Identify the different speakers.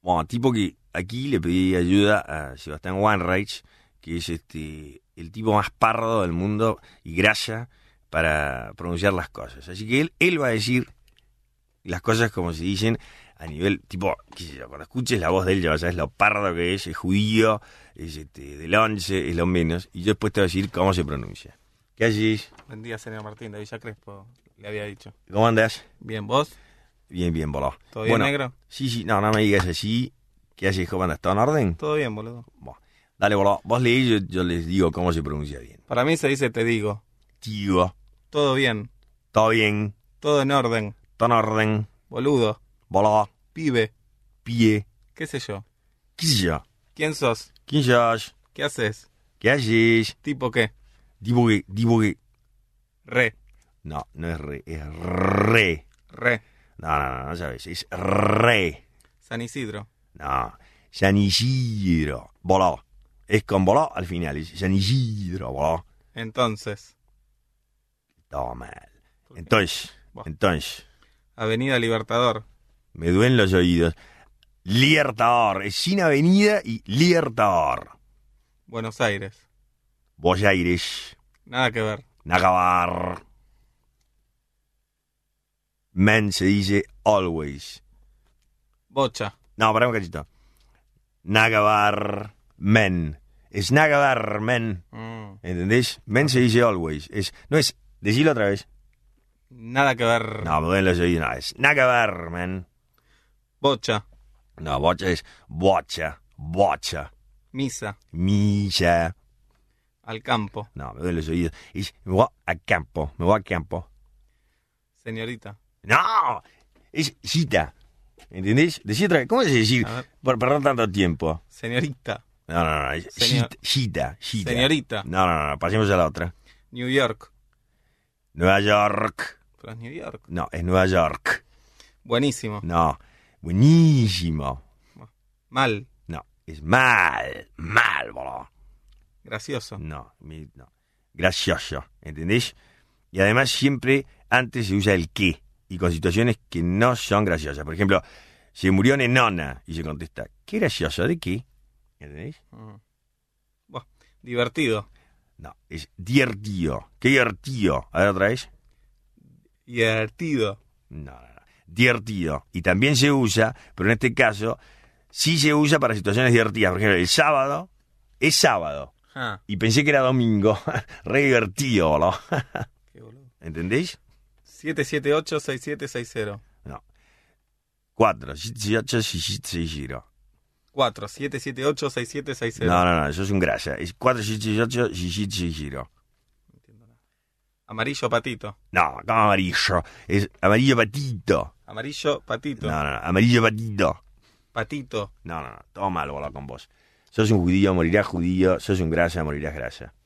Speaker 1: Bueno, tipo que aquí le pedí ayuda a Sebastián Wanreich, que es este el tipo más pardo del mundo y grasa para pronunciar las cosas. Así que él, él va a decir las cosas como se dicen a nivel, tipo, qué sé yo, cuando escuches la voz de él ya sabes lo pardo que es, es judío, es este, del once, es lo menos, y yo después te voy a decir cómo se pronuncia. ¿Qué haces?
Speaker 2: Buen día, señor Martín, de Villa Crespo, le había dicho.
Speaker 1: ¿Cómo andás?
Speaker 2: Bien, ¿vos?
Speaker 1: Bien, bien, boludo.
Speaker 2: ¿Todo bien,
Speaker 1: Bueno,
Speaker 2: negro?
Speaker 1: Sí, sí, no, no me digas así. ¿Qué haces, cómo andás? ¿Todo en orden?
Speaker 2: Todo bien, boludo.
Speaker 1: Bueno, dale, boludo, vos leí, yo, yo les digo cómo se pronuncia bien.
Speaker 2: Para mí se dice te digo.
Speaker 1: Tío,
Speaker 2: Todo bien.
Speaker 1: todo bien,
Speaker 2: Todo en orden.
Speaker 1: todo en orden,
Speaker 2: Boludo.
Speaker 1: boludo,
Speaker 2: Pibe.
Speaker 1: pie,
Speaker 2: ¿Qué sé yo?
Speaker 1: qué sé yo,
Speaker 2: ¿Quién sos?
Speaker 1: quién sos,
Speaker 2: ¿Qué haces?
Speaker 1: qué haces,
Speaker 2: ¿Tipo qué?
Speaker 1: dibugue, dibugue.
Speaker 2: Re.
Speaker 1: No, no es re, es re.
Speaker 2: Re.
Speaker 1: No, no, no, no sabes, es re.
Speaker 2: San Isidro.
Speaker 1: No, San Isidro, voló. Es con voló al final, es San Isidro, voló.
Speaker 2: Entonces.
Speaker 1: Todo mal. Entonces,
Speaker 2: Buah.
Speaker 1: entonces,
Speaker 2: Avenida Libertador.
Speaker 1: me duelen los oídos. Libertador, es sin avenida y Libertador.
Speaker 2: Buenos Aires.
Speaker 1: Buenos Aires,
Speaker 2: Nada que ver.
Speaker 1: Nagabar. Men se dice always.
Speaker 2: Bocha.
Speaker 1: No, pará un cachito. Nagabar men. Es Nagabar men.
Speaker 2: Mm.
Speaker 1: ¿Entendés? Men se dice always. Es, no es. Decilo otra vez.
Speaker 2: Nada que ver.
Speaker 1: No, me duelen los oídos. No, es Nagabar men.
Speaker 2: Bocha.
Speaker 1: No, bocha es bocha. Bocha.
Speaker 2: Misa.
Speaker 1: Milla.
Speaker 2: Al campo.
Speaker 1: No, me duelen los oídos. Es me voy a campo. Me voy a campo.
Speaker 2: Señorita.
Speaker 1: No. Es cita. ¿Entendés? Decí otra vez. ¿Cómo se dice?
Speaker 2: A ver.
Speaker 1: Por, perdón tanto tiempo.
Speaker 2: Señorita.
Speaker 1: No, no, no. Es
Speaker 2: Señor-
Speaker 1: cita. Cita.
Speaker 2: Señorita.
Speaker 1: No, no, no. Pasemos a la otra.
Speaker 2: New York.
Speaker 1: Nueva York.
Speaker 2: Pero es New York.
Speaker 1: No, es Nueva York.
Speaker 2: Buenísimo.
Speaker 1: No. Buenísimo.
Speaker 2: Mal.
Speaker 1: No, es mal. Mal, boludo.
Speaker 2: Gracioso.
Speaker 1: No, mi- no. Gracioso, ¿entendés? Y además siempre antes se usa el qué y con situaciones que no son graciosas. Por ejemplo, se murió Nenona y se contesta, ¿qué gracioso? ¿De qué? ¿Entendés?
Speaker 2: Mm. Buah, divertido.
Speaker 1: No, es divertido. ¿Qué divertido? A ver otra vez.
Speaker 2: Divertido.
Speaker 1: No, no, no. Divertido. Y también se usa, pero en este caso, sí se usa para situaciones divertidas. Por ejemplo, el sábado es sábado.
Speaker 2: Ah,
Speaker 1: Y pensé que era domingo. Re divertido, boludo.
Speaker 2: qué boludo.
Speaker 1: ¿Entendéis?
Speaker 2: 778-6760.
Speaker 1: 4, 18, 60.
Speaker 2: 4. 778-6760.
Speaker 1: No, no, no, eso es un grasa. Es 4, 18, 60.
Speaker 2: No entiendo nada. Amarillo patito.
Speaker 1: No, como amarillo. Es amarillo patito.
Speaker 2: Amarillo patito.
Speaker 1: No, no, no, amarillo patito.
Speaker 2: Patito.
Speaker 1: No, no, no, todo mal, boludo, con vos. Sos un judío, morirás judío. Sos un grasa, morirás grasa.